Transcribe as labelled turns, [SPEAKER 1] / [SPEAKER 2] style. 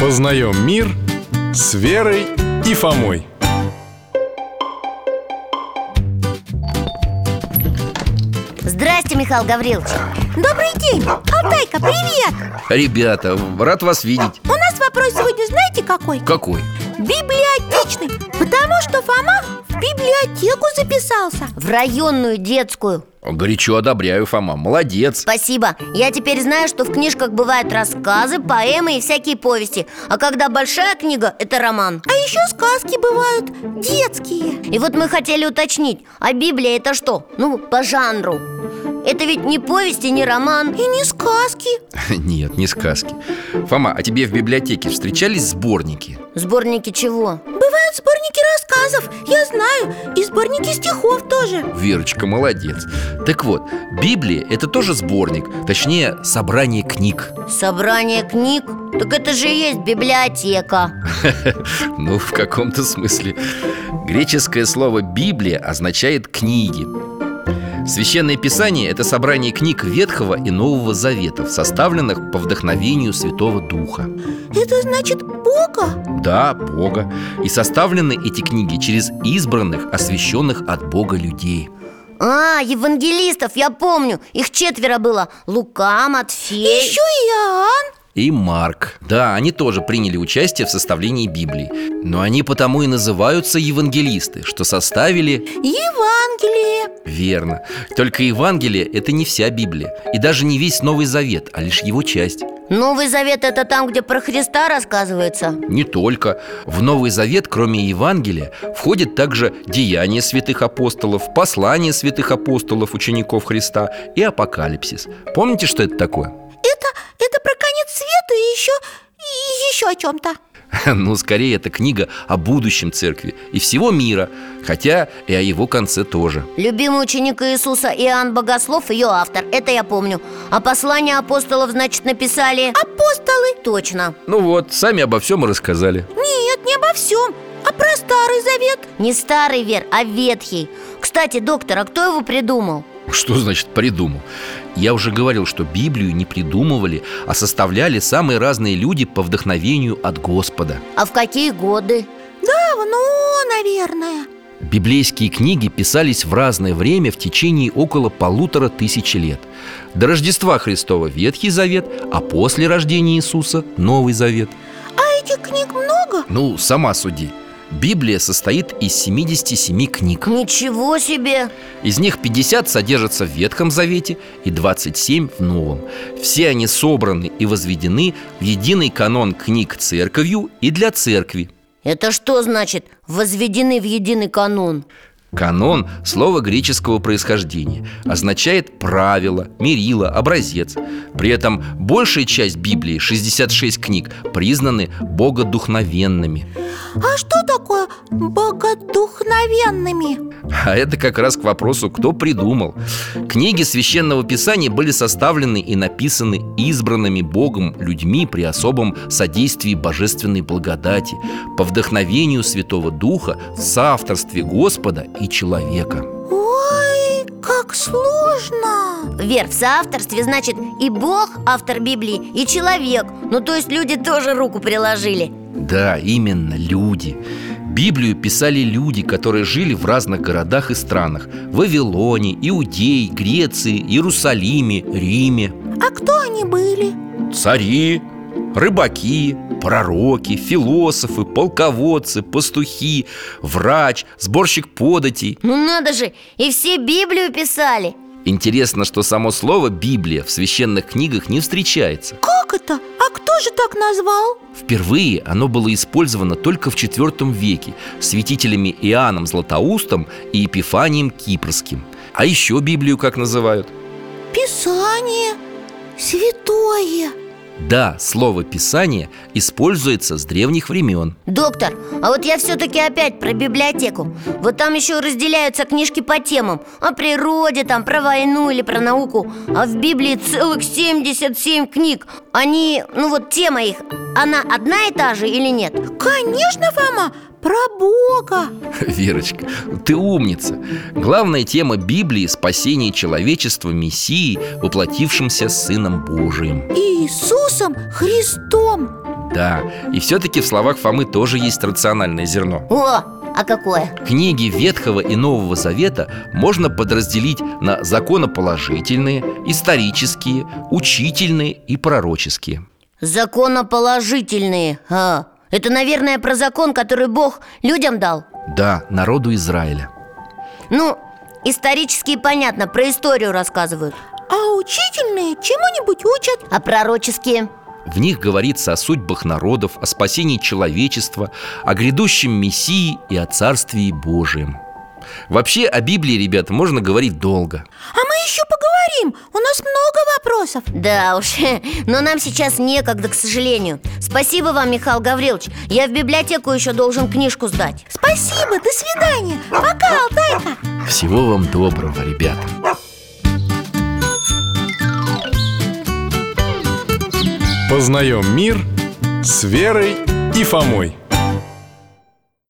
[SPEAKER 1] Познаем мир с Верой и Фомой.
[SPEAKER 2] Здрасте, Михаил Гаврилович Добрый день, Алтайка, привет
[SPEAKER 3] Ребята, рад вас видеть
[SPEAKER 2] У нас вопрос сегодня знаете какой?
[SPEAKER 3] Какой?
[SPEAKER 2] Библиотечный Потому что Фома в библиотеку записался
[SPEAKER 4] В районную детскую
[SPEAKER 3] Горячо одобряю, Фома, молодец
[SPEAKER 4] Спасибо Я теперь знаю, что в книжках бывают рассказы, поэмы и всякие повести А когда большая книга, это роман
[SPEAKER 2] А еще сказки бывают детские
[SPEAKER 4] И вот мы хотели уточнить А Библия это что? Ну, по жанру это ведь не повесть и не роман
[SPEAKER 2] И не сказки
[SPEAKER 3] Нет, не сказки Фома, а тебе в библиотеке встречались сборники?
[SPEAKER 4] Сборники чего?
[SPEAKER 2] Бывают сборники рассказов, я знаю И сборники стихов тоже
[SPEAKER 3] Верочка, молодец Так вот, Библия – это тоже сборник Точнее, собрание книг
[SPEAKER 4] Собрание книг? Так это же и есть библиотека
[SPEAKER 3] Ну, в каком-то смысле Греческое слово «библия» означает «книги» Священное Писание – это собрание книг Ветхого и Нового Заветов, составленных по вдохновению Святого Духа
[SPEAKER 2] Это значит Бога?
[SPEAKER 3] Да, Бога И составлены эти книги через избранных, освященных от Бога людей
[SPEAKER 4] А, евангелистов, я помню Их четверо было Лука,
[SPEAKER 2] И
[SPEAKER 4] Матфей
[SPEAKER 2] еще Иоанн
[SPEAKER 3] и Марк Да, они тоже приняли участие в составлении Библии Но они потому и называются евангелисты Что составили...
[SPEAKER 2] Евангелие
[SPEAKER 3] Верно Только Евангелие – это не вся Библия И даже не весь Новый Завет, а лишь его часть
[SPEAKER 4] Новый Завет это там, где про Христа рассказывается?
[SPEAKER 3] Не только. В Новый Завет, кроме Евангелия, входит также деяния святых апостолов, послания святых апостолов, учеников Христа и апокалипсис. Помните, что это такое?
[SPEAKER 2] Это, это про конец света и еще, и еще о чем-то
[SPEAKER 3] Ну, скорее, это книга о будущем церкви и всего мира, хотя и о его конце тоже.
[SPEAKER 4] Любимый ученик Иисуса Иоанн Богослов ее автор, это я помню А послание апостолов, значит, написали... Апостолы! Точно
[SPEAKER 3] Ну вот, сами обо всем и рассказали.
[SPEAKER 2] Нет, не обо всем, а про Старый Завет
[SPEAKER 4] Не старый вер, а ветхий Кстати, доктор, а кто его придумал?
[SPEAKER 3] Что значит придумал? Я уже говорил, что Библию не придумывали, а составляли самые разные люди по вдохновению от Господа.
[SPEAKER 4] А в какие годы?
[SPEAKER 2] Давно, ну, наверное
[SPEAKER 3] Библейские книги писались в разное время в течение около полутора тысячи лет. До Рождества Христова Ветхий Завет, а после рождения Иисуса Новый Завет.
[SPEAKER 2] А этих книг много?
[SPEAKER 3] Ну, сама суди. Библия состоит из 77 книг.
[SPEAKER 4] Ничего себе!
[SPEAKER 3] Из них 50 содержатся в Ветхом Завете и 27 в Новом. Все они собраны и возведены в единый канон книг церковью и для церкви.
[SPEAKER 4] Это что значит «возведены в единый канон»?
[SPEAKER 3] Канон – слово греческого происхождения, означает правило, мерило, образец. При этом большая часть Библии, 66 книг, признаны богодухновенными.
[SPEAKER 2] А что такое богодухновенными?
[SPEAKER 3] А это как раз к вопросу, кто придумал. Книги священного писания были составлены и написаны избранными Богом людьми при особом содействии божественной благодати, по вдохновению Святого Духа в соавторстве Господа и человека.
[SPEAKER 2] Ой, как сложно
[SPEAKER 4] Вер, в соавторстве значит и Бог, автор Библии, и человек Ну, то есть люди тоже руку приложили
[SPEAKER 3] Да, именно люди. Библию писали люди, которые жили в разных городах и странах Вавилоне, Иудее, Греции, Иерусалиме, Риме
[SPEAKER 2] А кто они были?
[SPEAKER 3] Цари, рыбаки, пророки, философы, полководцы, пастухи, врач, сборщик податей
[SPEAKER 4] Ну надо же, и все Библию писали
[SPEAKER 3] Интересно, что само слово «Библия» в священных книгах не встречается
[SPEAKER 2] Как это? А кто же так назвал?
[SPEAKER 3] Впервые оно было использовано только в IV веке святителями Иоанном Златоустом и Епифанием Кипрским. А еще Библию как называют?
[SPEAKER 2] Писание Святое
[SPEAKER 3] Да, слово «писание» используется с древних времен.
[SPEAKER 4] Доктор, а вот я все-таки опять про библиотеку Вот там еще разделяются книжки по темам О природе, там, про войну или про науку А в Библии целых 77 книг Они, ну вот тема их, она одна и та же или нет?
[SPEAKER 2] Конечно, Фома, про Бога
[SPEAKER 3] Верочка, ты умница. Главная тема Библии – спасение человечества Мессии, воплотившимся Сыном Божиим.
[SPEAKER 2] Иисусом Христом
[SPEAKER 3] Да, и все-таки в словах Фомы тоже есть рациональное зерно
[SPEAKER 4] О, а какое?
[SPEAKER 3] Книги Ветхого и Нового Завета можно подразделить на законоположительные, исторические, учительные и пророческие
[SPEAKER 4] Законоположительные А, Это, наверное, про закон, который Бог людям дал
[SPEAKER 3] Да, народу Израиля
[SPEAKER 4] Ну, исторически понятно, про историю рассказывают
[SPEAKER 2] А учительные чему-нибудь учат
[SPEAKER 4] А пророческие?
[SPEAKER 3] В них говорится о судьбах народов, о спасении человечества, о грядущем Мессии и о Царствии Божьем. Вообще о Библии, ребята, можно говорить долго.
[SPEAKER 2] А мы еще поговорим, у нас много вопросов
[SPEAKER 4] Да уж, но нам сейчас некогда, к сожалению Спасибо вам, Михаил Гаврилович Я в библиотеку еще должен книжку сдать
[SPEAKER 2] Спасибо, до свидания Пока, Алтайка
[SPEAKER 3] Всего вам доброго, ребята.
[SPEAKER 1] Познаем мир с Верой и Фомой.